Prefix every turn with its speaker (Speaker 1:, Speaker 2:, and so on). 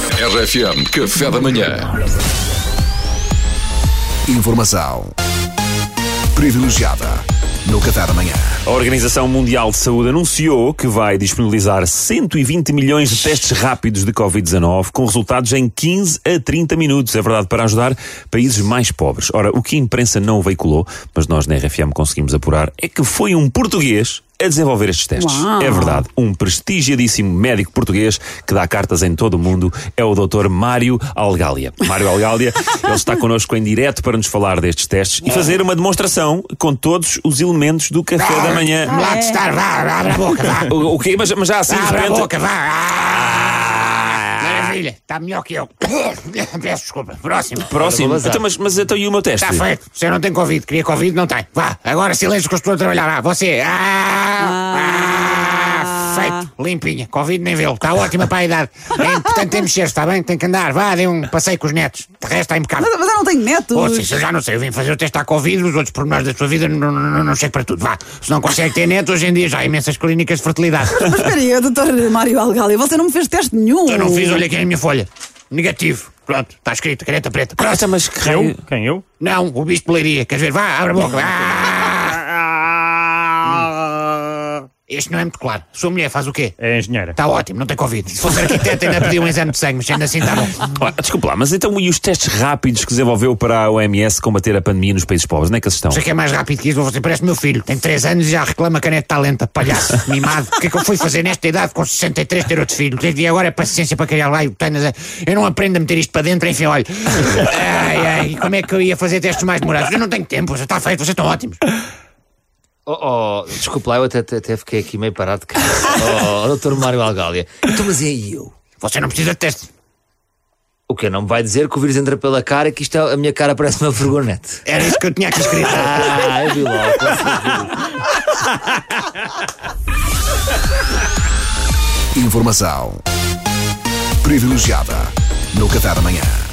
Speaker 1: RFM Café da Manhã.
Speaker 2: Informação privilegiada no Qatar amanhã.
Speaker 3: A Organização Mundial de Saúde anunciou que vai disponibilizar 120 milhões de testes rápidos de Covid-19 com resultados em 15 a 30 minutos, é verdade, para ajudar países mais pobres. Ora, o que a imprensa não veiculou, mas nós na RFM conseguimos apurar, é que foi um português a desenvolver estes testes.
Speaker 4: Uau.
Speaker 3: É verdade, um prestigiadíssimo médico português que dá cartas em todo o mundo é o Dr. Mário Algália. Mário Algália, ele está connosco em direto para nos falar destes testes e fazer uma demonstração com todos os elementos do café da manhã.
Speaker 5: Lá de estar, vá, vá, abre a boca, vá.
Speaker 3: O, o quê? Mas, mas já assim, de
Speaker 5: Abre a
Speaker 3: repente...
Speaker 5: boca, vá.
Speaker 3: Ah!
Speaker 5: Maravilha, está melhor que eu. Peço desculpa. Próximo.
Speaker 3: Próximo. Então, mas, mas então e o meu teste?
Speaker 5: Está Tá feito. Você não tem Covid. Queria Covid, não tem. Vá, agora silêncio que eu estou a trabalhar. Vá, você. Ah, ah, feito. Limpinha. Covid nem vê-lo. Está ótima para a idade. É importante tem mexer, está bem? Tem que andar. Vá, dê um passeio com os netos. De resto está impecável.
Speaker 4: Mas, mas eu não tenho netos.
Speaker 5: Ou seja, eu já não sei, eu vim fazer o teste à Covid, os outros pormenores da sua vida não, não, não chego para tudo. Vá, se não consegue ter neto, hoje em dia já há imensas clínicas de fertilidade.
Speaker 4: Mas espera aí, doutor Mário Algália, você não me fez teste nenhum.
Speaker 5: Eu não fiz, olha aqui na minha folha. Negativo. Pronto, está escrito, caneta preta.
Speaker 3: Nossa,
Speaker 5: Próximo.
Speaker 3: Ah, então, mas que raio...
Speaker 6: Quem eu?
Speaker 5: Não, o bicho de leiria. Queres ver? Vá, abre a boca. Ah! Este não é muito claro. Sua mulher faz o quê?
Speaker 6: É engenheira.
Speaker 5: Está ótimo, não tem Covid. Se fosse arquiteto, ainda pediu um exame de sangue, mas ainda assim está bom.
Speaker 3: Ora, desculpa lá, mas então e os testes rápidos que desenvolveu para a OMS combater a pandemia nos países pobres? Onde é que eles estão?
Speaker 5: Você que é mais rápido que isso, você parece meu filho. Tem 3 anos e já reclama caneta talenta, palhaço, mimado. O que é que eu fui fazer nesta idade com 63 ter outro filho? E agora é paciência para criar lá e botanas. Eu não aprendo a meter isto para dentro, enfim, olha. Ai, ai, como é que eu ia fazer testes mais demorados? Eu não tenho tempo, já está feito, vocês estão ótimos.
Speaker 7: Oh, oh, desculpe lá, eu até, até- até fiquei aqui meio parado de cara. Oh, oh, doutor Mário Algália. Então, mas e eu?
Speaker 5: Você não precisa de teste.
Speaker 7: O que Não me vai dizer que o vírus entra pela cara e que isto é- a minha cara parece uma vergonete.
Speaker 5: Era isso que eu tinha aqui escrito.
Speaker 7: Ah, eu vi logo.
Speaker 2: Informação privilegiada no Qatar amanhã.